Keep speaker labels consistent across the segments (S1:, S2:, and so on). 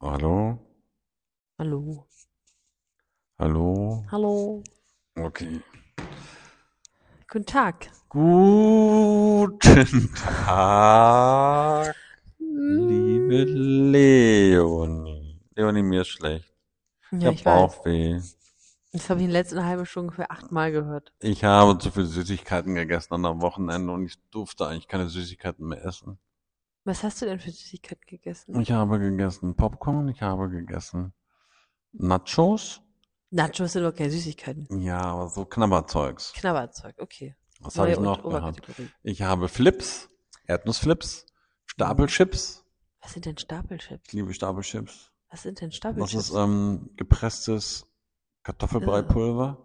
S1: Hallo?
S2: Hallo.
S1: Hallo?
S2: Hallo.
S1: Okay.
S2: Guten Tag.
S1: Guten Tag, Hm. liebe Leonie. Leonie, mir ist schlecht. Ich
S2: Ja,
S1: hab
S2: ich weiß.
S1: Bauchweh.
S2: Das habe ich in den letzten halben Stunden ungefähr achtmal gehört.
S1: Ich habe zu viele Süßigkeiten gegessen an am Wochenende und ich durfte eigentlich keine Süßigkeiten mehr essen.
S2: Was hast du denn für Süßigkeit gegessen?
S1: Ich habe gegessen Popcorn, ich habe gegessen Nachos.
S2: Nachos sind doch keine Süßigkeiten.
S1: Ja, aber so Knabberzeugs.
S2: Knabberzeug, okay.
S1: Was habe
S2: Neue
S1: ich
S2: und
S1: noch gehabt?
S2: Oberkategorie.
S1: Ich habe Flips, Erdnussflips, Stapelchips.
S2: Was sind denn Stapelchips?
S1: Ich liebe Stapelchips.
S2: Was sind denn
S1: Das
S2: Stapelchips?
S1: ist ähm, gepresstes Kartoffelbrei-Pulver,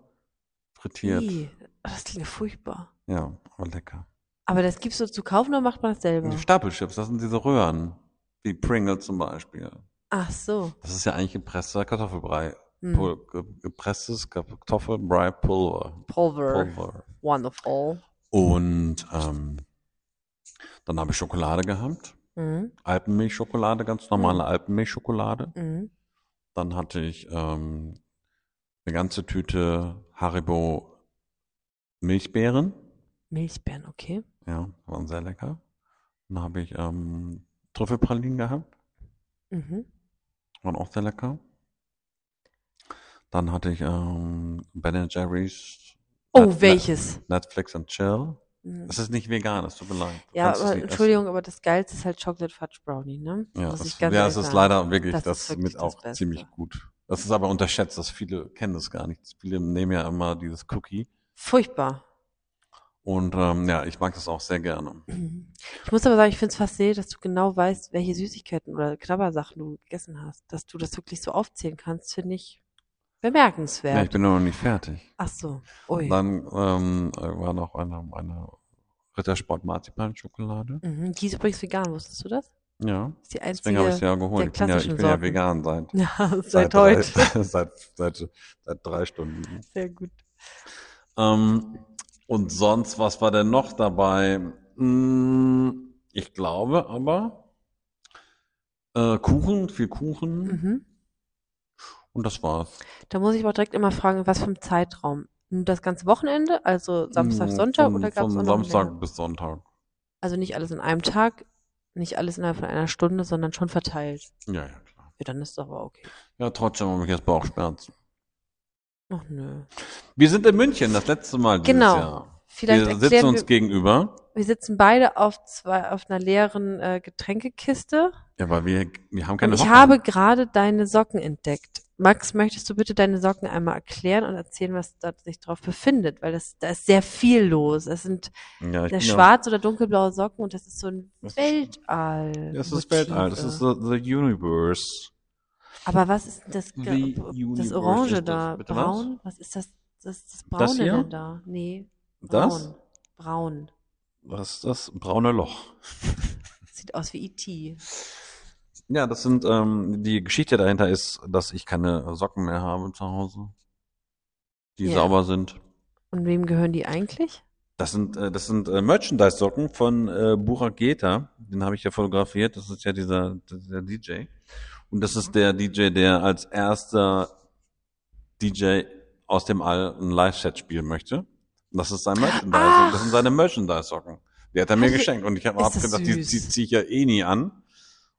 S1: frittiert.
S2: Ih, das klingt furchtbar.
S1: Ja, aber lecker.
S2: Aber das gibt's so zu kaufen oder macht man das
S1: Und
S2: selber?
S1: die Stapelchips, das sind diese Röhren, wie Pringles zum Beispiel.
S2: Ach so.
S1: Das ist ja eigentlich gepresster Kartoffelbrei,
S2: Hm.
S1: Pul ge gepresstes Kartoffelbrei-Pulver.
S2: Pulver.
S1: Pulver.
S2: Wonderful.
S1: Und ähm, dann habe ich Schokolade gehabt,
S2: Mhm.
S1: Alpenmilchschokolade, ganz normale
S2: Mhm.
S1: Alpenmilchschokolade.
S2: Mhm.
S1: Dann hatte ich ähm, eine ganze Tüte Haribo Milchbeeren.
S2: Milchbeeren, okay.
S1: Ja, waren sehr lecker. Dann habe ich ähm, Trüffelpralinen gehabt,
S2: Mhm.
S1: waren auch sehr lecker. Dann hatte ich ähm, Ben Jerry's
S2: Oh,
S1: Net
S2: welches?
S1: Net Netflix and Chill.
S2: Mhm.
S1: Es ist nicht vegan, es tut mir leid. Du
S2: Ja,
S1: kannst es
S2: aber
S1: nicht
S2: Entschuldigung,
S1: essen.
S2: aber das Geilste ist halt Chocolate Fudge Brownie, ne?
S1: Ja,
S2: Muss ich
S1: es,
S2: ganz
S1: ja,
S2: ehrlich
S1: es ist
S2: sagen.
S1: leider wirklich
S2: Das ist
S1: das
S2: wirklich
S1: mit
S2: das
S1: auch ziemlich
S2: Beste.
S1: gut. Das ist aber unterschätzt, dass viele kennen das gar nicht. Viele nehmen ja immer dieses Cookie.
S2: Furchtbar.
S1: Und ähm, ja, ich mag das auch sehr gerne.
S2: Ich muss aber sagen, ich finde es fast sehr, dass du genau weißt, welche Süßigkeiten oder Knabbersachen du gegessen hast. Dass du das wirklich so aufzählen kannst, finde ich
S1: Ja, ich
S2: bemerkenswert.
S1: bin noch nicht fertig.
S2: Ach so. Ui.
S1: Dann ähm, war noch eine, eine Rittersport Marzipan-Schokolade.
S2: Mhm. Die ist übrigens vegan, wusstest du das?
S1: Ja,
S2: Ist die
S1: deswegen habe ich
S2: einzige
S1: sie ja geholt.
S2: der
S1: Ich bin ja, ich
S2: klassischen
S1: bin ja
S2: Sorten.
S1: vegan seit,
S2: Ja, seit
S1: seit, drei,
S2: heute.
S1: seit, seit, seit drei Stunden.
S2: Sehr gut.
S1: Ähm, und sonst, was war denn noch dabei? Hm, ich glaube aber, äh, Kuchen, viel Kuchen
S2: Mhm.
S1: und das war's.
S2: Da muss ich aber direkt immer fragen, was für ein Zeitraum? Nur Das ganze Wochenende, also Samstag,
S1: Hm,
S2: Sonntag oder
S1: Von,
S2: gab es auch
S1: von
S2: noch eine längere?
S1: Samstag bis Sonntag.
S2: Also nicht alles in einem Tag, nicht alles innerhalb von einer Stunde, sondern schon verteilt.
S1: Ja, ja, klar.
S2: Ja, dann ist doch aber okay.
S1: Ja, trotzdem habe ich jetzt Bauchschmerzen.
S2: Ach nö.
S1: Wir sind in München, das letzte Mal dieses
S2: Genau.
S1: Jahr.
S2: Vielleicht
S1: Wir sitzen
S2: erklären
S1: uns
S2: wir,
S1: gegenüber.
S2: wir sitzen beide auf zwei, auf einer leeren äh, Getränkekiste
S1: Ja, weil wir, wir haben
S2: und
S1: keine
S2: ich
S1: Socken.
S2: habe gerade deine Socken entdeckt. Max, möchtest du bitte deine Socken einmal erklären und erzählen, was da sich drauf befindet? Weil das, da ist sehr viel los. Es sind
S1: Ja, ich
S2: sehr
S1: bin ja,
S2: schwarz oder dunkelblaue Socken und das ist so ein
S1: Halt das ist, das ist Weltall, das ist
S2: Weltall-Motive.
S1: the, the Universe.
S2: Aber was ist denn das, Ge-
S1: The
S2: das
S1: Universe
S2: Orange
S1: ist das.
S2: da?
S1: Bitte was?
S2: Braun? Was ist das, das, das
S1: Das
S2: Braune
S1: hier?
S2: denn da? Nee,
S1: Das?
S2: braun. Braun.
S1: Was ist das? Braune Loch.
S2: Sieht aus wie E IT.
S1: Ja, das sind, ähm, die Geschichte dahinter ist, dass ich keine Socken mehr habe zu Hause, die
S2: Ja.
S1: sauber sind.
S2: Und wem gehören die eigentlich?
S1: Das sind, äh, das sind äh, Merchandise-Socken von äh, Burak Geta. Den habe ich ja fotografiert. Das ist ja dieser, dieser DJ. Und das ist der DJ, der als erster DJ aus dem All ein Live-Set spielen möchte. Und das ist sein Merchandise. Das sind
S2: Ach,
S1: seine Merchandise-Socken. Die hat er mir
S2: also
S1: geschenkt. Und ich habe
S2: Ah. ist
S1: hab
S2: das
S1: gedacht, die, die
S2: süß.
S1: ziehe ich ja eh nie an.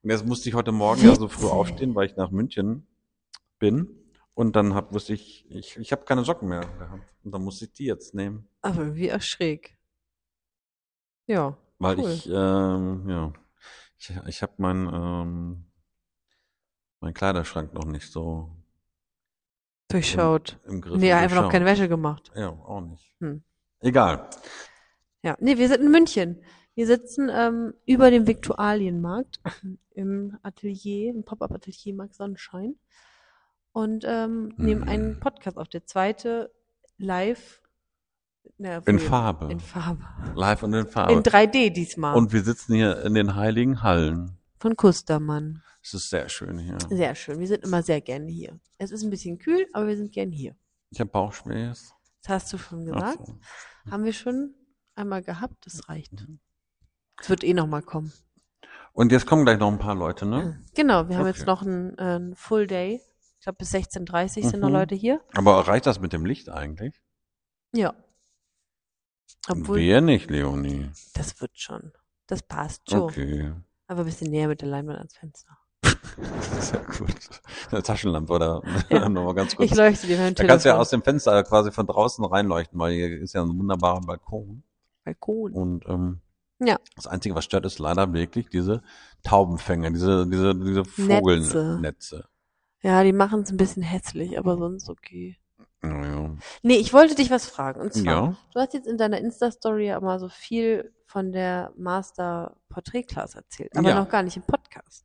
S1: Und jetzt musste ich heute Morgen ja so früh
S2: Witzig.
S1: aufstehen, weil ich nach München bin. Und dann hab, wusste ich, ich, ich habe keine Socken mehr gehabt. Und dann musste ich die jetzt nehmen.
S2: Aber wie auch schräg. Ja,
S1: Weil
S2: cool.
S1: ich, ähm, ja, ich, ich habe meinen ähm, mein Kleiderschrank noch nicht so im,
S2: Durchschaut.
S1: im Griff
S2: Nee,
S1: und
S2: einfach noch keine
S1: durchschaut.
S2: Wäsche gemacht.
S1: Ja, auch nicht.
S2: Hm.
S1: Egal.
S2: Ja, nee, wir sind in München. Wir sitzen ähm, über dem Viktualienmarkt im Atelier, im Pop-up-Atelier Max Sonnenschein und ähm, nehmen einen
S1: Hm.
S2: Podcast auf. Der zweite live, na,
S1: In
S2: obwohl, in
S1: Farbe.
S2: Farbe.
S1: Live und in
S2: In
S1: Farbe.
S2: 3D diesmal.
S1: Und wir sitzen hier in den heiligen Hallen.
S2: Von Kustermann.
S1: Es ist sehr schön hier.
S2: Sehr schön. Wir sind immer sehr gerne hier. Es ist ein bisschen kühl, aber wir sind gern hier.
S1: Ich habe Bauchschmerzen.
S2: Das hast du schon
S1: Ach
S2: gesagt.
S1: so. Mhm.
S2: Haben wir schon einmal gehabt. Das reicht. Es wird eh nochmal kommen.
S1: Und jetzt kommen gleich noch ein paar Leute, ne?
S2: Genau, wir haben
S1: Okay.
S2: jetzt noch einen, äh, einen Full Day. Ich glaube, bis 16.30 sind noch
S1: Mhm.
S2: Leute hier.
S1: Aber reicht das mit dem Licht eigentlich?
S2: Ja. Obwohl,
S1: Wer nicht, Leonie?
S2: das wird schon. Das passt schon.
S1: Okay.
S2: Aber ein bisschen näher mit der Leinwand ans Fenster.
S1: Das ist ja gut. Eine Taschenlampe oder
S2: Ja.
S1: nochmal ganz kurz.
S2: Ich leuchte dir beim
S1: da kannst du ja
S2: Telefon.
S1: aus dem Fenster quasi von draußen reinleuchten, weil hier ist ja ein wunderbarer Balkon.
S2: Balkon.
S1: Und ähm,
S2: Ja.
S1: das Einzige, was stört, ist leider wirklich diese Taubenfänger, diese, diese, diese Vogelnetze.
S2: Netze. Ja, die machen es ein bisschen hässlich, aber sonst okay.
S1: Naja.
S2: Nee, ich wollte dich was fragen. Und zwar,
S1: Ja.
S2: du hast jetzt in deiner Insta-Story ja mal so viel von der master portrait class erzählt, aber
S1: Ja. Hm.
S2: noch gar nicht im Podcast.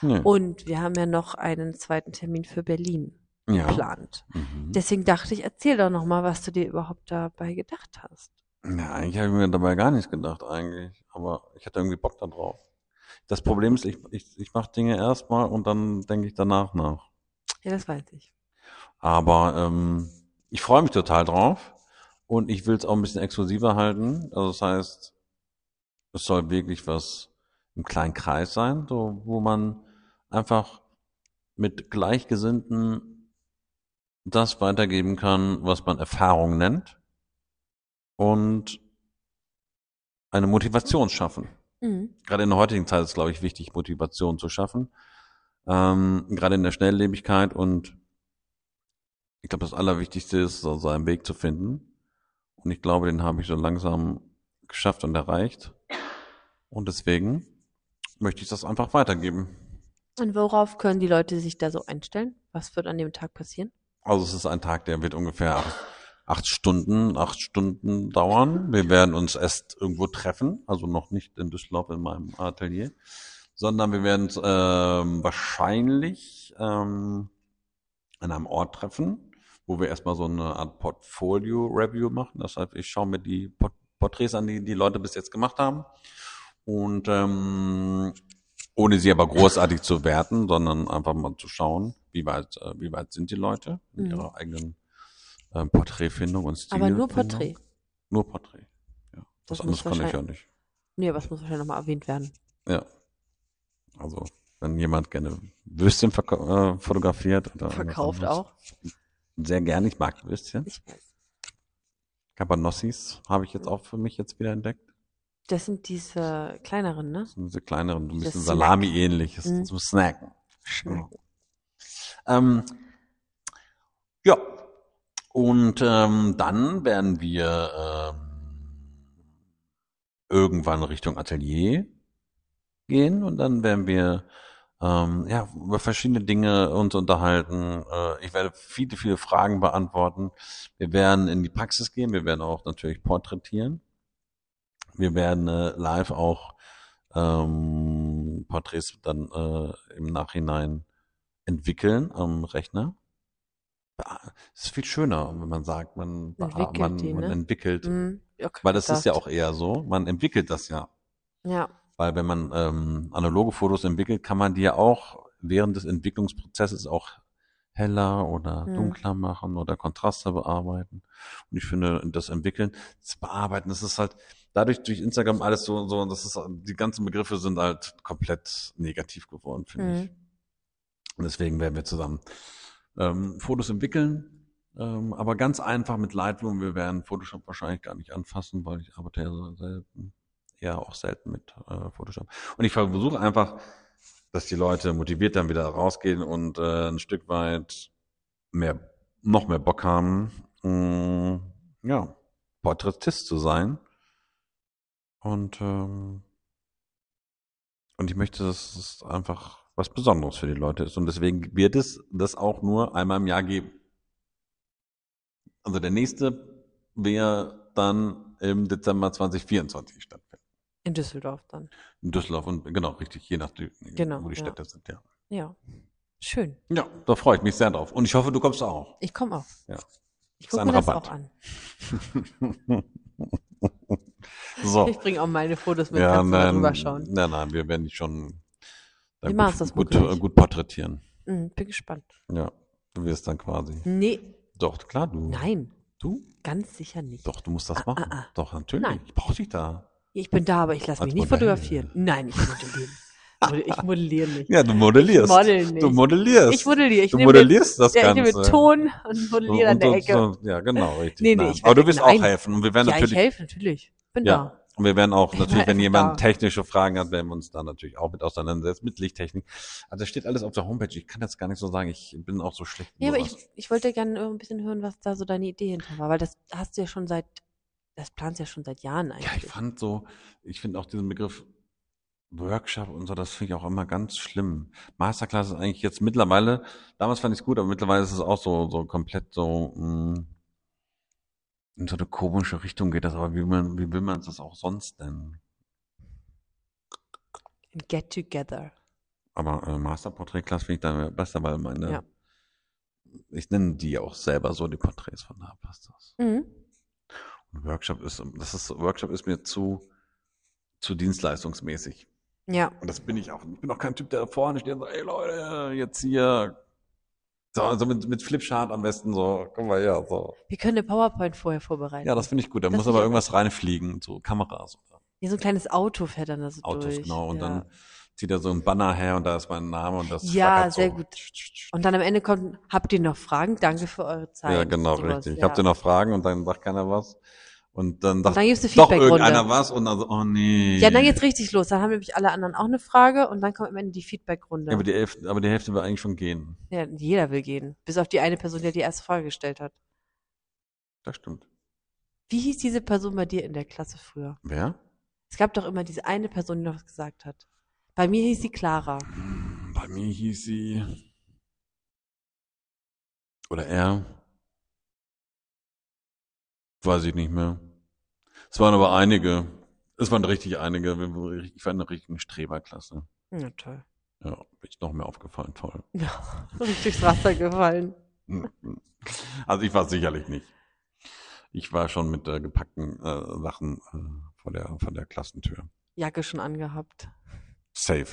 S1: Nee.
S2: Und wir haben ja noch einen zweiten Termin für Berlin
S1: ja.
S2: geplant.
S1: Mhm.
S2: Deswegen dachte ich, erzähl doch noch mal, was du dir überhaupt dabei gedacht hast.
S1: ja. Eigentlich habe ich mir dabei gar nichts gedacht, eigentlich. Aber ich hatte irgendwie Bock da drauf. Das Problem ist, ich, ich, ich mache Dinge erstmal und dann denke ich danach nach.
S2: Ja, das weiß ich.
S1: Aber ähm, ich freue mich total drauf und ich will es auch ein bisschen exklusiver halten. Also das heißt, es soll wirklich was im kleinen Kreis sein, so, wo man einfach mit Gleichgesinnten das weitergeben kann, was man Erfahrung nennt und eine Motivation schaffen
S2: Mhm.
S1: gerade in der heutigen Zeit ist, glaube ich, wichtig, Motivation zu schaffen. Ähm, gerade in der Schnelllebigkeit und ich glaube, das Allerwichtigste ist, so seinen Weg zu finden. Und ich glaube, den habe ich so langsam geschafft und erreicht. Und deswegen möchte ich das einfach weitergeben.
S2: Und worauf können die Leute sich da so einstellen? Was wird an dem Tag passieren?
S1: Also es ist ein Tag, der wird ungefähr acht, acht Stunden, acht Stunden dauern. Wir werden uns erst irgendwo treffen, also noch nicht in Düsseldorf in meinem Atelier, sondern wir werden uns ähm, wahrscheinlich ähm, an einem Ort treffen, wo wir erstmal so eine Art Portfolio-Review machen. Das heißt, ich schaue mir die Port Porträts an, die die Leute bis jetzt gemacht haben. Und ähm, ohne sie aber großartig zu werten, sondern einfach mal zu schauen, wie weit, äh, wie weit sind die Leute in
S2: Mhm.
S1: ihrer eigenen äh, Porträtfindung und Stil.
S2: Aber nur Porträt.
S1: Nur Porträt. Ja.
S2: Das
S1: ne? Das, anderes
S2: muss
S1: kann ich ja
S2: wahrscheinlich-
S1: nicht.
S2: Nee, aber es muss wahrscheinlich nochmal erwähnt werden.
S1: Ja. Also, wenn jemand gerne Würstchen verkau- äh, fotografiert oder irgendwas
S2: Verkauft
S1: anderes,
S2: auch.
S1: Sehr gerne, ich mag Würstchen.
S2: Ich weiß.
S1: Cabanossis habe ich jetzt auch für mich jetzt wieder entdeckt.
S2: Das sind diese kleineren, ne?
S1: Das sind diese kleineren, so ein
S2: Das
S1: bisschen
S2: Snack.
S1: Salami-ähnliches
S2: Mhm.
S1: zum Snacken.
S2: Schnacken.
S1: Genau. Ähm, ja, und ähm, dann werden wir ähm, irgendwann Richtung Atelier gehen und dann werden wir ähm, ja, über verschiedene Dinge uns unterhalten. Äh, ich werde viele, viele Fragen beantworten. Wir werden in die Praxis gehen, wir werden auch natürlich porträtieren. Wir werden äh, live auch ähm, Porträts dann äh, im Nachhinein entwickeln am Rechner. Bea- Es ist viel schöner, wenn man sagt, man, bea-
S2: Entwickelt
S1: man,
S2: die,
S1: man
S2: ne?
S1: entwickelt.
S2: Mhm. Ja,
S1: Weil das ist ja
S2: gedacht.
S1: auch eher so, man entwickelt das ja.
S2: Ja,
S1: Weil wenn man ähm, analoge Fotos entwickelt, kann man die ja auch während des Entwicklungsprozesses auch heller oder
S2: Mhm.
S1: dunkler machen oder Kontraste bearbeiten. Und ich finde, das Entwickeln, das Bearbeiten, das ist halt dadurch durch Instagram alles so und so, und das ist die ganzen Begriffe sind halt komplett negativ geworden, finde ich.
S2: mhm.
S1: Und deswegen werden wir zusammen ähm, Fotos entwickeln, ähm, aber ganz einfach mit Lightroom. Wir werden Photoshop wahrscheinlich gar nicht anfassen, weil ich arbeite ja so selten, ja auch selten mit äh, Photoshop. Und ich versuche einfach, dass die Leute motiviert dann wieder rausgehen und äh, ein Stück weit mehr, noch mehr Bock haben, mh, ja, Porträtist zu sein. Und ähm, und ich möchte, dass es einfach was Besonderes für die Leute ist. Und deswegen wird es das auch nur einmal im Jahr geben. Also der nächste wäre dann im Dezember 2024 stattfinden.
S2: in Düsseldorf dann.
S1: In Düsseldorf und genau, richtig, je nachdem,
S2: Genau,
S1: wo die
S2: ja.
S1: Städte sind, ja.
S2: Ja, schön.
S1: Ja, da freue ich mich sehr drauf. Und ich hoffe, du kommst auch.
S2: Ich komme auch.
S1: Ja.
S2: Ich
S1: Ist
S2: gucke
S1: ein
S2: mir das
S1: Rabatt.
S2: auch an.
S1: So.
S2: Ich genau bringe auch meine Fotos mit,
S1: Oh. ja, ähm,
S2: kannst du mal
S1: nein,
S2: drüber schauen.
S1: nein, nein, wir werden dich schon da
S2: Wie machst du das
S1: gut, gut,
S2: wirklich?
S1: gut porträtieren.
S2: Mhm, bin gespannt.
S1: Ja, du wirst dann quasi.
S2: Nee,
S1: Doch, klar, du.
S2: nein,
S1: Du?
S2: ganz sicher nicht.
S1: Doch, du musst das
S2: Ah,
S1: machen.
S2: ah, ah.
S1: Doch, natürlich.
S2: Nein.
S1: Ich brauche dich da.
S2: Ich bin da, aber ich lasse
S1: Als
S2: mich nicht
S1: Modell.
S2: fotografieren. Nein, ich bin nicht im Leben. Mod- Ich modelliere nicht.
S1: Ja, du modellierst.
S2: Model nicht.
S1: Du modellierst.
S2: Ich modelliere. Ich
S1: du
S2: nehme den,
S1: modellierst das
S2: ja, ich
S1: Ganze.
S2: nehme Ton und
S1: So,
S2: modelliere an
S1: und
S2: der
S1: so-
S2: Ecke.
S1: So, ja, genau, richtig.
S2: Nee, nee,
S1: Nein.
S2: ich
S1: Aber du
S2: werde-
S1: wirst
S2: nein.
S1: auch helfen. Und wir werden
S2: ja, ich
S1: natürlich,
S2: helfe, natürlich. Bin
S1: Ja.
S2: da.
S1: und wir werden auch
S2: Bin
S1: natürlich, wenn
S2: einfach
S1: jemand
S2: da.
S1: technische Fragen hat, werden wir uns da natürlich auch mit auseinandersetzen, mit Lichttechnik. Also, das steht alles auf der Homepage. Ich kann das gar nicht so sagen. Ich bin auch so schlecht. in
S2: Nee, aber
S1: sowas.
S2: ich, ich wollte gerne ein bisschen hören, was da so deine Idee hinter war, weil das hast du ja schon seit, das planst du ja schon seit Jahren
S1: Ja, ich
S2: eigentlich.
S1: fand so, ich finde auch diesen Begriff Workshop und so, das finde ich auch immer ganz schlimm. Masterclass ist eigentlich jetzt mittlerweile, damals fand ich es gut, aber mittlerweile ist es auch so, so komplett so, mh, in so eine komische Richtung geht das, aber wie man, wie will man das auch sonst denn?
S2: Ein Get Together.
S1: Aber äh, Masterporträtklasse finde ich dann besser, weil meine,
S2: Ja.
S1: ich nenne die auch selber so, die Porträts, von daher passt das.
S2: Mhm.
S1: Und Workshop ist, das ist, Workshop ist mir zu, zu dienstleistungsmäßig.
S2: Ja.
S1: Und das bin ich auch. Ich bin auch kein Typ, der da vorne steht und sagt, ey Leute, jetzt hier. So, also mit, mit Flipchart am besten so, guck mal her, so.
S2: Wir können eine PowerPoint vorher vorbereiten.
S1: Ja, das finde ich gut. Da
S2: Das
S1: muss
S2: find
S1: aber
S2: ich auch
S1: irgendwas reinfliegen, so Kameras oder
S2: ja, so ein kleines Auto fährt dann da so
S1: Autos,
S2: durch.
S1: genau. Und
S2: ja.
S1: dann zieht er so ein Banner her und da ist mein Name und das
S2: Ja,
S1: flackert
S2: sehr
S1: so.
S2: gut. Und dann am Ende kommt, habt ihr noch Fragen? Danke für eure Zeit.
S1: Ja, genau,
S2: Sowas,
S1: richtig. Ich
S2: ja.
S1: hab dir noch Fragen und dann sagt keiner was. Und dann
S2: Und
S1: sagt
S2: dann gibst du
S1: doch
S2: Feedback-Runde.
S1: irgendeiner was und dann so, oh nee.
S2: Ja, dann geht's richtig los. Dann haben nämlich alle anderen auch eine Frage und dann kommt am Ende die Feedback-Runde.
S1: Ja, aber, die Hälfte, aber die Hälfte will eigentlich schon gehen.
S2: Ja, jeder will gehen. Bis auf die eine Person, die die erste Frage gestellt hat.
S1: Das stimmt.
S2: Wie hieß diese Person bei dir in der Klasse früher?
S1: Wer?
S2: Es gab doch immer diese eine Person, die noch was gesagt hat. Bei mir hieß sie Clara.
S1: Hm, Bei mir hieß sie. Oder er. Weiß ich nicht mehr. Es waren aber einige. Es waren richtig einige. Wir- wir- Ich war in der richtigen Streberklasse.
S2: Na toll.
S1: Ja, bin ich noch mehr aufgefallen. Toll.
S2: Ja, richtig durchs Raster gefallen.
S1: Also ich war es sicherlich nicht. Ich war schon mit äh, gepackten äh, Sachen äh, vor, der, vor der Klassentür.
S2: Jacke schon angehabt.
S1: Safe.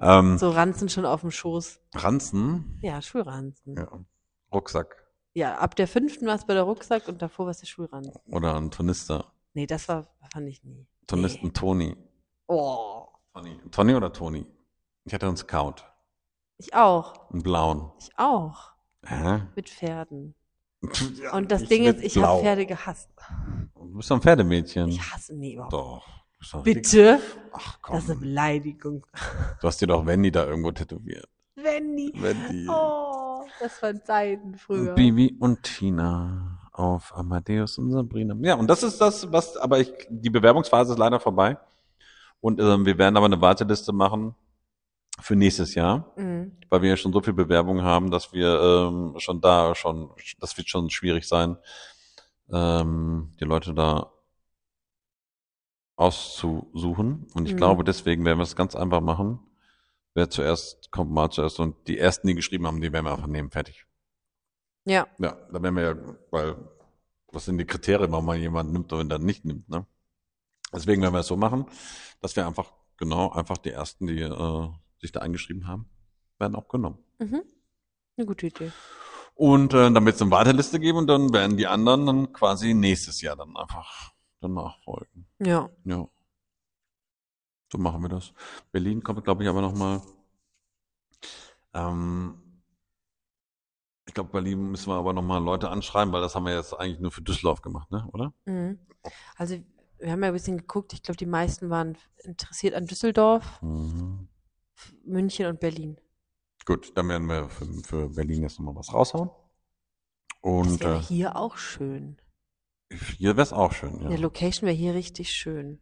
S1: Ähm,
S2: So Ranzen schon auf dem Schoß.
S1: Ranzen.
S2: Ja, Schulranzen. Ja,
S1: Ja. Rucksack.
S2: ab der fünften war es bei der Rucksack und davor war es der Schulranzen.
S1: Oder ein Turnister.
S2: Nee, das war, fand ich nie.
S1: Turnisten
S2: Nee.
S1: Toni.
S2: Oh.
S1: Toni. Toni oder Toni? Ich hatte einen Scout.
S2: Ich auch.
S1: Einen blauen.
S2: Ich auch.
S1: Hä?
S2: Mit Pferden.
S1: Ja,
S2: Und das
S1: ich
S2: Ding
S1: mit
S2: ist, ich
S1: Blau.
S2: habe Pferde gehasst.
S1: Du bist doch ein Pferdemädchen.
S2: Ich hasse, nee, überhaupt.
S1: Doch. Du bist doch ein dick-
S2: Bitte?
S1: Ach komm.
S2: Das ist eine Beleidigung.
S1: Du hast dir doch Wendy da irgendwo tätowiert.
S2: Wendy.
S1: Wendy.
S2: Oh, das waren Zeiten früher.
S1: Und Bibi und Tina auf Amadeus und Sabrina. Ja, und das ist das, was, aber ich, die Bewerbungsphase ist leider vorbei. Und ähm, wir werden aber eine Warteliste machen für nächstes Jahr,
S2: Mhm.
S1: weil wir ja schon so viel Bewerbungen haben, dass wir ähm, schon da schon, das wird schon schwierig sein, ähm, die Leute da auszusuchen. Und ich
S2: Mhm.
S1: glaube, deswegen werden wir es ganz einfach machen. Wer zuerst kommt, mal zuerst. Und die ersten, die geschrieben haben, die werden wir einfach nehmen, fertig.
S2: Ja,
S1: Ja, da wären wir ja, weil, was sind die Kriterien, warum man jemanden nimmt und dann nicht nimmt, ne? Deswegen werden wir es so machen, dass wir einfach, genau, einfach die ersten, die äh, sich da eingeschrieben haben, werden auch genommen.
S2: mhm. eine gute Idee.
S1: Und äh, dann wird es eine Warteliste geben und dann werden die anderen dann quasi nächstes Jahr dann einfach danach folgen.
S2: Ja,
S1: Ja. So machen wir das. Berlin kommt, glaube ich, aber nochmal. Ähm, ich glaube, Berlin müssen wir aber nochmal Leute anschreiben, weil das haben wir jetzt eigentlich nur für Düsseldorf gemacht, ne? Oder?
S2: mhm. also wir haben ja ein bisschen geguckt. Ich glaube, die meisten waren interessiert an Düsseldorf,
S1: Mhm.
S2: München und Berlin.
S1: Gut, dann werden wir für, für Berlin jetzt nochmal was raushauen.
S2: Das
S1: Und
S2: wäre
S1: äh,
S2: hier auch schön.
S1: hier wäre es auch schön, ja.
S2: Eine Location wäre hier richtig schön.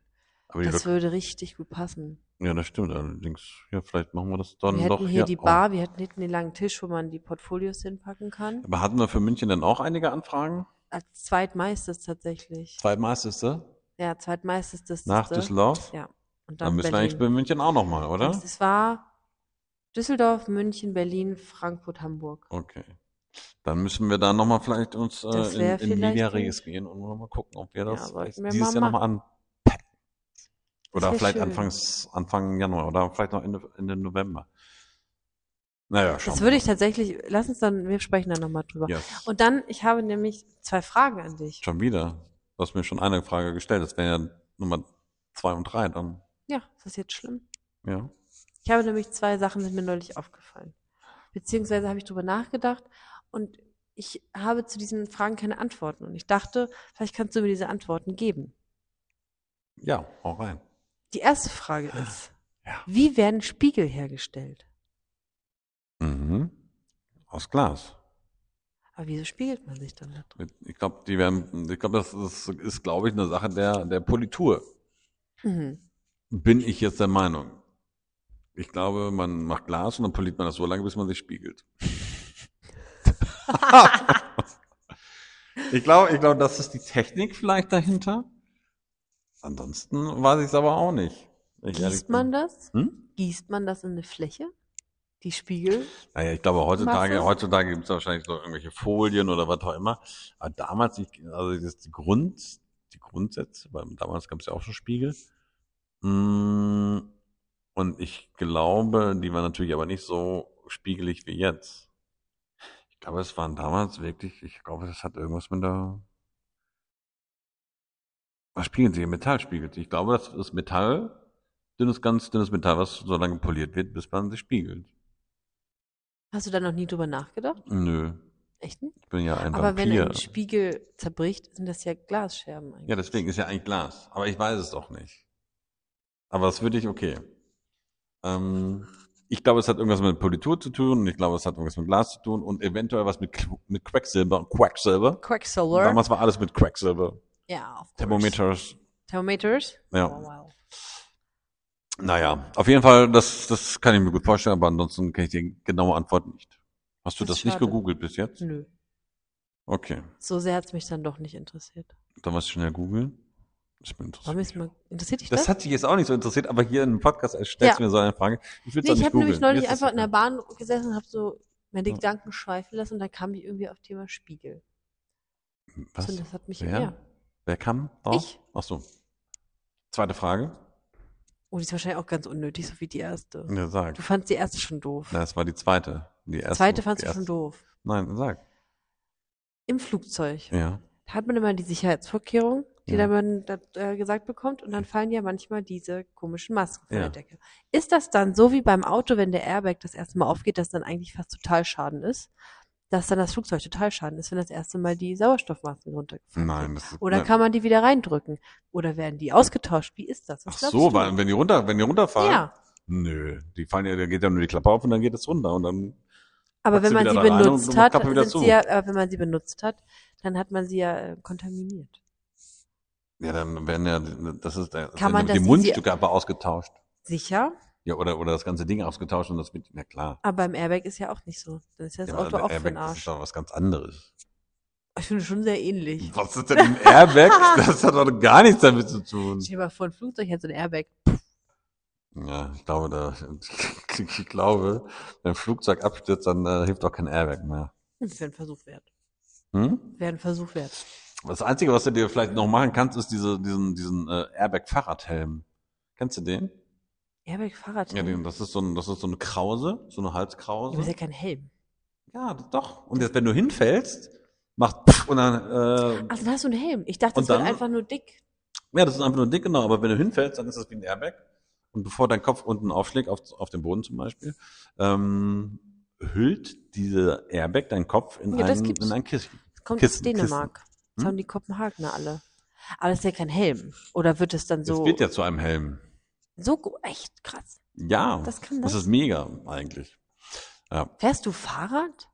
S1: aber die
S2: Das
S1: Lo-
S2: würde richtig gut passen.
S1: ja, das stimmt. Allerdings, ja, vielleicht machen wir das dann
S2: Wir
S1: doch Oh.
S2: hätten hier die
S1: auch.
S2: Bar, wir hätten hinten den langen Tisch, wo man die Portfolios hinpacken kann.
S1: Aber hatten wir für München dann auch einige Anfragen?
S2: Als zweitmeistes tatsächlich.
S1: Zweitmeisteste?
S2: Ja, zweitmeistes das
S1: Nach
S2: das-
S1: Düsseldorf?
S2: Ja. Und
S1: Dann,
S2: dann,
S1: müssen wir
S2: Berlin.
S1: eigentlich bei München auch nochmal, oder?
S2: Es war Düsseldorf, München, Berlin, Frankfurt, Hamburg.
S1: Okay. Dann müssen wir da nochmal vielleicht uns
S2: Das
S1: äh,
S2: wär
S1: in, in Media
S2: vielleicht
S1: Res gehen und nochmal gucken, ob wir das
S2: Ja, wollten wir
S1: dieses
S2: mal
S1: Jahr nochmal an. Oder
S2: wär
S1: vielleicht
S2: schön.
S1: Anfangs, Anfang Januar oder vielleicht noch Ende, Ende November. Naja, schauen
S2: Das
S1: wir
S2: würde
S1: mal.
S2: ich tatsächlich, lass uns dann, wir sprechen dann nochmal drüber.
S1: Yes.
S2: Und dann, ich habe nämlich zwei Fragen an dich.
S1: Schon wieder. Du hast mir schon eine Frage gestellt. Das wären ja Nummer zwei und drei dann.
S2: Ja, ist das jetzt schlimm?
S1: Ja.
S2: Ich habe nämlich zwei Sachen, sind mir neulich aufgefallen. Beziehungsweise habe ich drüber nachgedacht und ich habe zu diesen Fragen keine Antworten. Und ich dachte, vielleicht kannst du mir diese Antworten geben.
S1: Ja, auch rein.
S2: Die erste Frage ist,
S1: Ja.
S2: wie werden Spiegel hergestellt?
S1: Mhm. Aus Glas.
S2: Aber wieso spiegelt man sich dann da drin?
S1: Mit- Ich glaube, die werden, ich glaube, das ist, ist glaube ich, eine Sache der, der Politur.
S2: Mhm.
S1: Bin ich jetzt der Meinung. Ich glaube, man macht Glas und dann poliert man das so lange, bis man sich spiegelt. ich glaube, ich glaube, das ist die Technik vielleicht dahinter. Ansonsten weiß ich es aber auch nicht. Ich ehrlich
S2: Gießt
S1: bin-
S2: man das?
S1: Hm?
S2: Gießt man das in eine Fläche? Die Spiegel?
S1: Naja, ich glaube, heutzutage,
S2: Masse?
S1: heutzutage gibt es wahrscheinlich so irgendwelche Folien oder was auch immer. Aber damals, ich, also das die Grund, die Grundsätze, weil damals gab es ja auch schon Spiegel. Mm, Und ich glaube, die waren natürlich aber nicht so spiegelig wie jetzt. Ich glaube, es waren damals wirklich, ich glaube, das hat irgendwas mit der. Was spiegelt sich? Metall spiegelt sich. Ich glaube, das ist Metall, dünnes, ganz dünnes Metall, was so lange poliert wird, bis man sich spiegelt.
S2: Hast du da noch nie drüber nachgedacht?
S1: Nö,
S2: Echt nicht?
S1: ich bin ja ein
S2: Aber wenn
S1: Vampir.
S2: ein Spiegel zerbricht, sind das ja Glasscherben eigentlich.
S1: ja, deswegen ist ja eigentlich Glas. Aber ich weiß es doch nicht. Aber das würde ich, okay. Ähm, ich glaube, es hat irgendwas mit Politur zu tun und ich glaube, es hat irgendwas mit Glas zu tun und eventuell was mit, Qu- mit Quecksilber. Quacksilber.
S2: Quacksilver.
S1: Damals war alles mit Quacksilber.
S2: ja, of course.
S1: Thermometers.
S2: Thermometers?
S1: Ja.
S2: Oh, wow.
S1: Naja, auf jeden Fall, das, das kann ich mir gut vorstellen, aber ansonsten kenne ich die genaue Antwort nicht. Hast du
S2: Das
S1: das,
S2: ist
S1: nicht
S2: schade. Hm.
S1: gegoogelt bis jetzt?
S2: Nö.
S1: Okay,
S2: So sehr hat's mich dann doch nicht interessiert.
S1: dann was schnell googeln. Das ist mir
S2: Warum
S1: interessant.
S2: ist mal, interessiert dich das?
S1: Das hat dich jetzt auch nicht so interessiert, aber hier im Podcast stellst du
S2: Ne? Ja.
S1: mir so eine Frage. Ich will es
S2: nee,
S1: auch
S2: ich
S1: nicht
S2: habe nämlich
S1: googeln.
S2: neulich
S1: Jetzt ist
S2: einfach in der
S1: okay.
S2: Bahn gesessen und habe so meine
S1: Ja.
S2: Gedanken schweifen lassen und da kam ich irgendwie auf Thema Spiegel.
S1: Was?
S2: Und das hat mich
S1: Wer?
S2: ja.
S1: Wer kam? drauf?
S2: Ich.
S1: Ach so. Zweite Frage.
S2: Oh, die ist wahrscheinlich auch ganz unnötig, so wie die erste.
S1: Ja, sag.
S2: Du fandst die erste schon doof.
S1: Na, es war die zweite. Die erste.
S2: Zweite fandst
S1: die
S2: du schon
S1: erste.
S2: doof.
S1: Nein, sag.
S2: Im Flugzeug
S1: Ja.
S2: hat man immer die Sicherheitsvorkehrung, die
S1: Ja.
S2: dann man da, äh, gesagt bekommt und dann fallen ja manchmal diese komischen Masken von
S1: Ja.
S2: der Decke. Ist das dann so wie beim Auto, wenn der Airbag das erste Mal aufgeht, dass dann eigentlich fast total Schaden ist? Dass dann das Flugzeug total Schaden ist, wenn das erste Mal die Sauerstoffmasken runtergefallen sind?
S1: Nein, das ist.
S2: Oder
S1: nein.
S2: kann man die wieder reindrücken? Oder werden die ausgetauscht? Wie ist das? Was
S1: Ach
S2: glaubst
S1: so,
S2: du?
S1: weil, wenn die runter, wenn die runterfallen.
S2: Ja,
S1: Nö, die fallen ja, da geht ja nur die Klappe auf und dann geht es runter und dann.
S2: aber
S1: Packst
S2: wenn
S1: du
S2: man
S1: wieder
S2: sie
S1: da rein und
S2: benutzt
S1: du
S2: hat,
S1: Klappe wieder
S2: sind
S1: zu.
S2: sie ja, aber wenn man sie benutzt hat, dann hat man sie ja äh, kontaminiert.
S1: Ja, dann werden ja, das ist, der-
S2: Kann
S1: dann
S2: man
S1: wird die
S2: das-
S1: Mundstücke einfach ausgetauscht.
S2: Sicher,
S1: Ja, oder, oder das ganze Ding ausgetauscht und das wird, na klar.
S2: aber beim Airbag ist ja auch nicht so. Dann ist ja das
S1: Ja,
S2: Auto
S1: aber
S2: auch für
S1: Airbag,
S2: den
S1: Das
S2: Arsch.
S1: ist doch was ganz anderes.
S2: Ich finde schon sehr ähnlich.
S1: Was ist denn ein Airbag? Das hat doch gar nichts damit zu tun.
S2: Stell dir mal vor, ein Flugzeug hat so ein Airbag.
S1: Ja, ich glaube, da, ich glaube, wenn ein Flugzeug abstürzt, dann äh, hilft auch kein Airbag mehr.
S2: Das wäre ein Versuch wert.
S1: Hm?
S2: Wäre ein Versuch wert.
S1: Das Einzige, was du dir vielleicht noch machen kannst, ist diese, diesen, diesen äh, Airbag-Fahrradhelm. Kennst du den?
S2: Airbag-Fahrrad.
S1: Ja, den, das ist so ein, das ist so eine Krause, so eine
S2: das ist ja
S1: Halskrause.
S2: kein Helm.
S1: Ja, doch. Und jetzt, wenn du hinfällst, macht pff und dann, äh,
S2: Ach, dann hast du einen Helm. Ich dachte,
S1: Und
S2: das wird
S1: dann-
S2: einfach nur dick.
S1: ja, das ist einfach nur dick, genau. Aber wenn du hinfällst, dann ist das wie ein Airbag. Und bevor dein Kopf unten aufschlägt, auf, auf den Boden zum Beispiel, ähm, hüllt diese Airbag deinen Kopf in,
S2: Ja, das
S1: ein,
S2: gibt's.
S1: in ein Kissen.
S2: Das kommt aus
S1: Kissen,
S2: Dänemark. Das
S1: Hm?
S2: haben die Kopenhagener alle. Aber das ist ja kein Helm. Oder wird es dann
S1: Das
S2: so,
S1: wird ja zu einem Helm.
S2: so gu- echt krass?
S1: Ja,
S2: Das kann
S1: das
S2: das?
S1: ist mega eigentlich. Ja,
S2: Fährst du Fahrrad?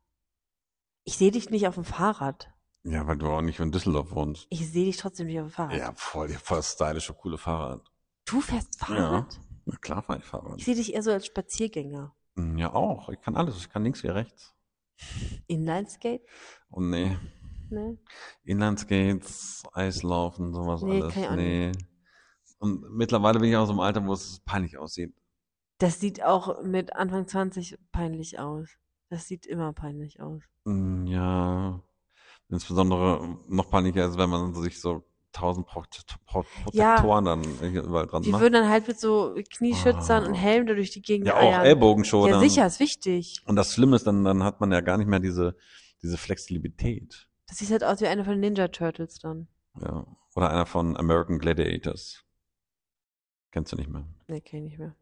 S2: Ich sehe dich nicht auf dem Fahrrad.
S1: ja weil du auch nicht in Düsseldorf wohnst.
S2: Ich sehe dich trotzdem nicht auf dem Fahrrad.
S1: Ja, voll, voll stylische, coole Fahrrad.
S2: Du fährst Fahrrad?
S1: Na klar fahr ich Fahrrad.
S2: Ich sehe dich eher so als Spaziergänger.
S1: Ja, auch. Ich kann alles. Ich kann links wie rechts.
S2: Inlineskate?
S1: Oh nee.
S2: Ne?
S1: Inlandskates, Eislaufen, sowas
S2: Nee,
S1: alles.
S2: kann ich auch
S1: nee. Und mittlerweile bin ich auch so im Alter, wo es peinlich aussieht.
S2: Das sieht auch mit Anfang 20 peinlich aus. Das sieht immer peinlich aus.
S1: Mm, Ja. Insbesondere noch peinlicher ist, wenn man sich so tausend Pro Pro
S2: Ja.
S1: Protektoren dann überall dran
S2: Die
S1: macht.
S2: würden dann halt mit so Knieschützern
S1: Ah.
S2: und Helmen da durch die Gegend
S1: Ja, auch
S2: eiern.
S1: Ellbogenschultern.
S2: Ja, sicher, ist wichtig.
S1: Und das Schlimme ist, dann, dann hat man ja gar nicht mehr diese, diese Flexibilität.
S2: Das sieht halt aus wie einer von den Ninja Turtles dann.
S1: Ja. Oder einer von American Gladiators. Kennst du nicht mehr.
S2: Ne, kenn ich nicht mehr.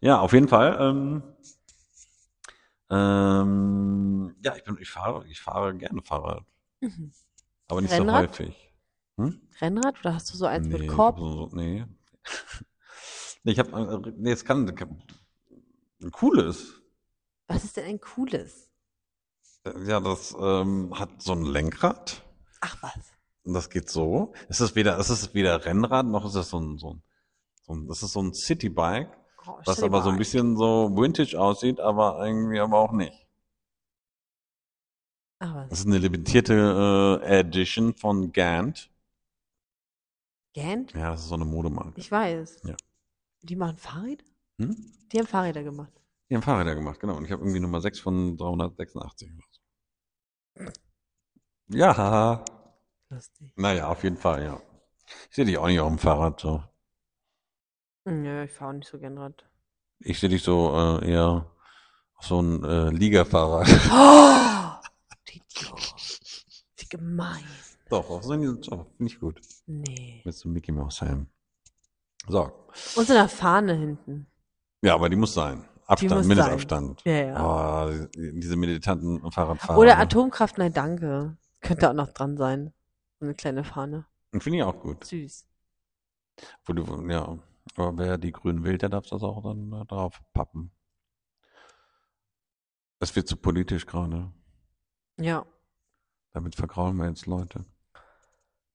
S1: Ja, auf jeden Fall. Ähm, ähm, ja, ich bin, ich fahre, ich fahre gerne Fahrrad,
S2: Mhm.
S1: aber nicht
S2: Rennrad?
S1: so häufig. Hm?
S2: Rennrad oder hast du so eins
S1: Nee,
S2: mit
S1: ich hab
S2: Korb?
S1: So, so, nee. nee, ich habe, nee, es kann, kann ein cooles.
S2: Was ist denn ein cooles?
S1: äh, Ja, das ähm, hat so ein Lenkrad.
S2: Ach was.
S1: Und das geht so. Es ist weder, es ist weder Rennrad, noch ist das so ein, so ein, so ein das ist so ein Citybike,
S2: Oh,
S1: was
S2: stell dir
S1: aber so ein
S2: mal
S1: bisschen so vintage aussieht, aber irgendwie aber auch nicht.
S2: Ach was.
S1: Das ist eine limitierte äh, Edition von Gant.
S2: Gent?
S1: Ja, das ist so eine Modemarke.
S2: Ich weiß.
S1: Ja.
S2: Die machen Fahrräder?
S1: Hm?
S2: Die haben Fahrräder gemacht.
S1: Die haben Fahrräder gemacht, genau. Und ich habe irgendwie Nummer 6 von 386 oder so. Ja, haha.
S2: Lustig.
S1: naja, auf jeden Fall, ja. Ich sehe dich auch nicht auf dem Fahrrad, so.
S2: Nö, ich fahre nicht so gern Rad.
S1: Ich sehe dich so äh, eher auf so ein äh, Liga-Fahrrad.
S2: Oh, die Idiot. Wie gemein.
S1: Doch, auf so ein, doch, finde ich gut.
S2: Nee.
S1: Mit so einem Mickey Mouse Helm. So.
S2: Und so eine Fahne hinten.
S1: Ja, aber die muss sein. Abstand,
S2: muss sein.
S1: Mindestabstand.
S2: Ja, ja.
S1: Oh, diese meditanten Fahrradfahrer.
S2: Oder
S1: ne?
S2: Atomkraft, nein, danke. Könnte auch noch dran sein. So eine kleine Fahne.
S1: Finde ich auch gut.
S2: Süß.
S1: Wo du, ja, aber wer die Grünen will, der darf das auch dann da drauf pappen. Das wird zu politisch gerade.
S2: Ja.
S1: Damit vergraulen wir jetzt Leute.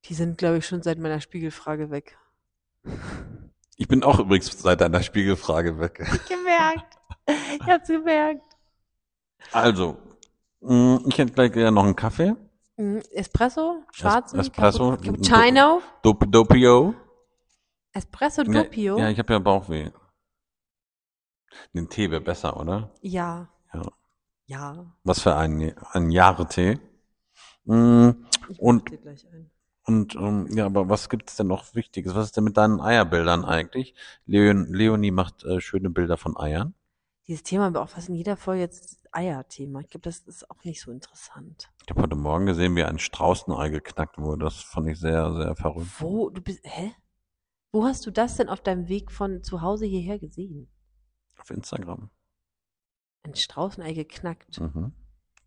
S2: Die sind, glaube ich, schon seit meiner Spiegelfrage weg.
S1: Ich bin auch übrigens seit deiner Spiegelfrage weg.
S2: Gemerkt. Ich hab's gemerkt.
S1: Also, mh, ich hätte gleich gerne noch einen Kaffee.
S2: Mm, Espresso, schwarzen,
S1: Es- Espresso,
S2: Capu-
S1: mit-
S2: Cappuccino,
S1: Dop Dopio.
S2: Espresso
S1: Nee,
S2: Doppio.
S1: Ja,
S2: Ja,
S1: ich habe ja Bauchweh. Den Tee wäre besser, oder?
S2: ja,
S1: Ja.
S2: ja.
S1: Was für ein, ein Jahre-Tee. Mm,
S2: Ich
S1: Und-
S2: mach dir gleich ein.
S1: Und ähm, ja, aber was gibt's denn noch Wichtiges? Was ist denn mit deinen Eierbildern eigentlich? Leon, Leonie macht äh, schöne Bilder von Eiern.
S2: Dieses Thema haben wir auch fast in jeder Folge jetzt das Eierthema. Ich glaube, das ist auch nicht so interessant.
S1: Ich habe heute Morgen gesehen, wie ein Straußenei geknackt wurde. Das fand ich sehr, sehr verrückt.
S2: Wo, du bist, hä? Wo hast du das denn auf deinem Weg von zu Hause hierher gesehen?
S1: Auf Instagram.
S2: Ein Straußenei geknackt.
S1: Mhm.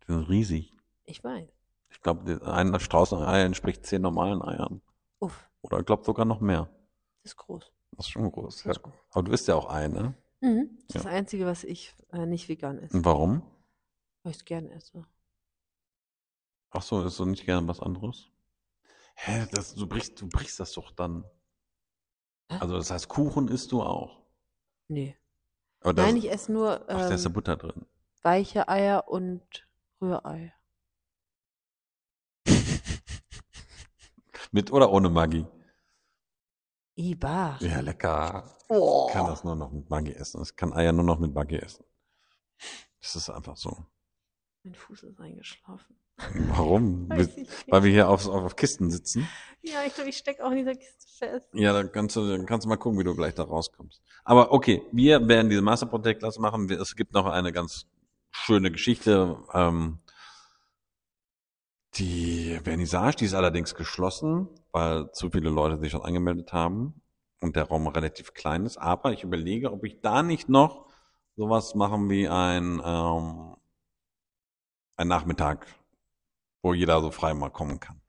S1: Die sind riesig.
S2: Ich weiß.
S1: Ich glaube, ein Straußenei entspricht zehn normalen Eiern.
S2: Uff,
S1: Oder ich glaube sogar noch mehr.
S2: das ist groß.
S1: Das ist schon groß.
S2: Das
S1: Ja.
S2: ist groß.
S1: Aber du isst ja auch Ei, ne?
S2: Mhm. Das ist
S1: Ja.
S2: das Einzige, was ich äh, nicht vegan esse.
S1: Und warum?
S2: Weil ich es gerne esse.
S1: Ach so, ist so nicht gerne was anderes? Hä, das, du, brichst, du brichst das doch dann.
S2: Hä?
S1: Also das heißt, Kuchen isst du auch.
S2: Nee.
S1: Aber das-
S2: Nein, ich esse nur
S1: Oh, Ach, da ist ja
S2: ähm,
S1: Butter drin.
S2: weiche Eier und Rührei.
S1: Mit oder ohne Maggi?
S2: Iba.
S1: Ja, lecker.
S2: Oh.
S1: Ich kann das nur noch mit Maggi essen. Ich kann Eier nur noch mit Maggi essen. Das ist einfach so.
S2: Mein Fuß ist eingeschlafen.
S1: Warum?
S2: Weiß ich
S1: Weil wir hier auf, auf, auf Kisten sitzen.
S2: nicht. Ja, ich glaube, ich stecke auch in dieser Kiste fest.
S1: Ja, dann kannst du, dann kannst du mal gucken, wie du gleich da rauskommst. Aber okay, wir werden diese Master Protect Class machen. Wir- Es gibt noch eine ganz schöne Geschichte. Ähm, die Vernissage, die ist allerdings geschlossen, weil zu viele Leute sich schon angemeldet haben und der Raum relativ klein ist. Aber ich überlege, ob ich da nicht noch sowas machen wie ein, ähm, ein Nachmittag, wo jeder so frei mal kommen kann.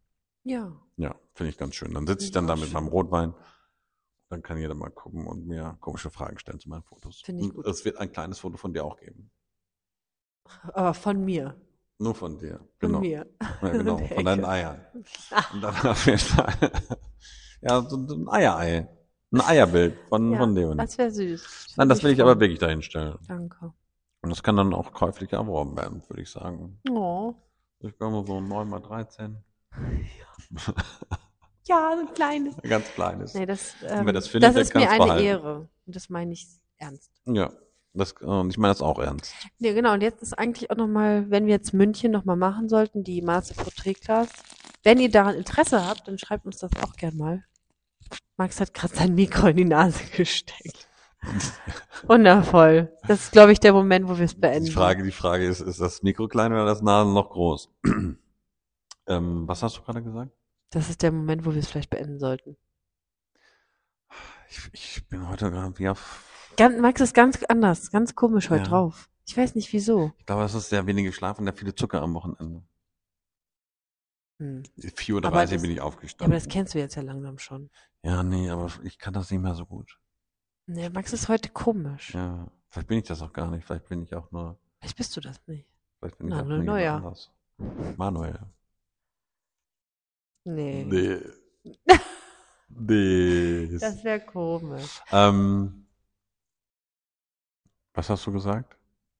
S2: Ja.
S1: Ja, finde ich ganz schön. Dann sitze ich dann da mit meinem Rotwein. Dann kann jeder mal gucken und mir komische Fragen stellen zu meinen Fotos.
S2: Finde ich
S1: Und
S2: gut.
S1: Es wird ein kleines Foto von dir auch geben.
S2: Aber von mir.
S1: Nur von dir.
S2: Von
S1: Genau.
S2: mir.
S1: Ja, genau.
S2: In der
S1: Von deinen
S2: Ecke.
S1: Eiern. Und dann auf jeden Fall. Ja, so so ein Eierei. Ein Eierbild von,
S2: Ja, also
S1: von Leonie.
S2: Das wäre süß.
S1: Nein,
S2: Würde
S1: das will ich aber
S2: freuen.
S1: wirklich dahin stellen.
S2: Danke.
S1: Und das kann dann auch käuflich erworben werden, würde ich sagen.
S2: Oh.
S1: Ich glaube so 9 mal 13.
S2: Ja, so ein kleines.
S1: Ein ganz kleines.
S2: Nee, das,
S1: Wenn
S2: ähm,
S1: wir das finden, dann
S2: ist mir
S1: kann's
S2: eine
S1: behalten.
S2: Ehre. Und das meine ich ernst.
S1: Ja. Das, und ich meine das auch ernst.
S2: Ja, genau. Und jetzt ist eigentlich auch nochmal, wenn wir jetzt München nochmal machen sollten, die Master Portrait Class. Wenn ihr daran Interesse habt, dann schreibt uns das auch gern mal. Max hat gerade sein Mikro in die Nase gesteckt. Wundervoll. Das ist, glaube ich, der Moment, wo wir es beenden.
S1: Die Frage, die Frage ist, ist das Mikro klein oder das Nasenloch groß? ähm, was hast du gerade gesagt?
S2: Das ist der Moment, wo wir es vielleicht beenden sollten.
S1: Ich, ich bin heute gerade, ja,
S2: ganz, Max ist ganz anders, ganz komisch heute
S1: Ja.
S2: drauf. Ich weiß nicht wieso.
S1: Ich glaube, das ist sehr wenig geschlafen, der viele Zucker am Wochenende.
S2: Hm.
S1: 4.30
S2: Aber
S1: Uhr
S2: das-
S1: bin ich
S2: Ja, aber
S1: aufgestanden.
S2: das kennst du jetzt ja langsam schon.
S1: Ja, nee, aber ich kann das nicht mehr so gut.
S2: Nee, Max ist heute komisch.
S1: Ja, vielleicht bin ich das auch gar nicht. Vielleicht bin ich auch nur,
S2: Vielleicht bist du das nicht.
S1: vielleicht bin ich
S2: Na,
S1: auch
S2: nur
S1: nur jemand
S2: neuer.
S1: anders. Manuel.
S2: Nee.
S1: Nee. nee.
S2: Das wäre komisch.
S1: Ähm, was hast du gesagt?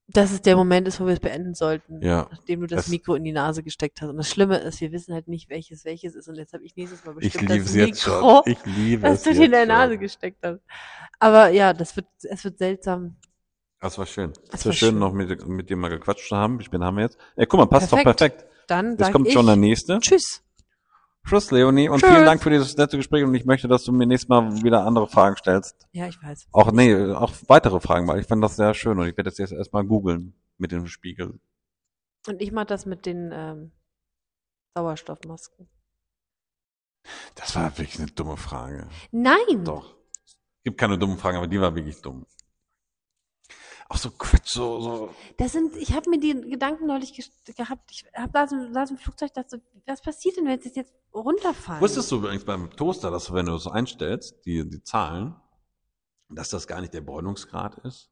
S2: Dass es der Moment ist, wo wir es beenden sollten.
S1: Ja.
S2: Nachdem du das
S1: Es-
S2: Mikro in die Nase gesteckt hast. Und das Schlimme ist, wir wissen halt nicht, welches welches ist. Und jetzt habe ich nächstes Mal
S1: Ich
S2: bestimmt
S1: liebe
S2: das
S1: es jetzt
S2: Mikro,
S1: schon. Ich liebe
S2: das
S1: es
S2: du
S1: jetzt
S2: dir in der
S1: schon.
S2: Nase gesteckt hast. Aber ja, das wird, es wird seltsam.
S1: Das war schön.
S2: Das
S1: Es
S2: war
S1: war schön,
S2: schön.
S1: noch mit, mit dir mal gequatscht zu haben. Ich bin haben wir jetzt. Ey, guck mal, passt doch
S2: Perfekt.
S1: perfekt.
S2: Dann
S1: Jetzt
S2: sag
S1: kommt
S2: ich
S1: schon der nächste.
S2: Tschüss.
S1: Tschüss, Leonie. Und
S2: Tschüss.
S1: vielen Dank für dieses nette Gespräch. Und ich möchte, dass du mir nächstes Mal wieder andere Fragen stellst.
S2: Ja, ich weiß.
S1: Auch, nee, auch weitere Fragen, weil ich fand das sehr schön. Und ich werde das jetzt erstmal googeln mit dem Spiegel.
S2: Und ich mache das mit den ähm, Sauerstoffmasken.
S1: Das war wirklich eine dumme Frage.
S2: Nein!
S1: Doch. Gibt keine dummen Fragen, aber die war wirklich dumm. Auch so Quatsch, so, so.
S2: Das sind, ich habe mir die Gedanken neulich ges- gehabt. Ich hab, saß, im- saß im Flugzeug, dachte, so, was passiert denn, wenn es jetzt runterfallen?
S1: Wusstest du übrigens beim Toaster, dass du, wenn du es einstellst, die, die Zahlen, dass das gar nicht der Bräunungsgrad ist?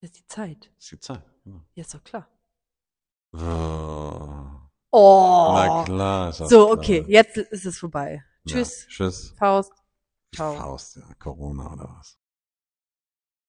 S2: Das ist die Zeit.
S1: Das ist die Zahl. Genau.
S2: Ja, ist doch klar.
S1: Oh.
S2: Oh!
S1: Na klar. Ist das
S2: so,
S1: klar.
S2: okay, jetzt ist es vorbei.
S1: Ja,
S2: Tschüss,
S1: Tschüss.
S2: Faust. Ciao.
S1: Faust, ja, Corona oder was?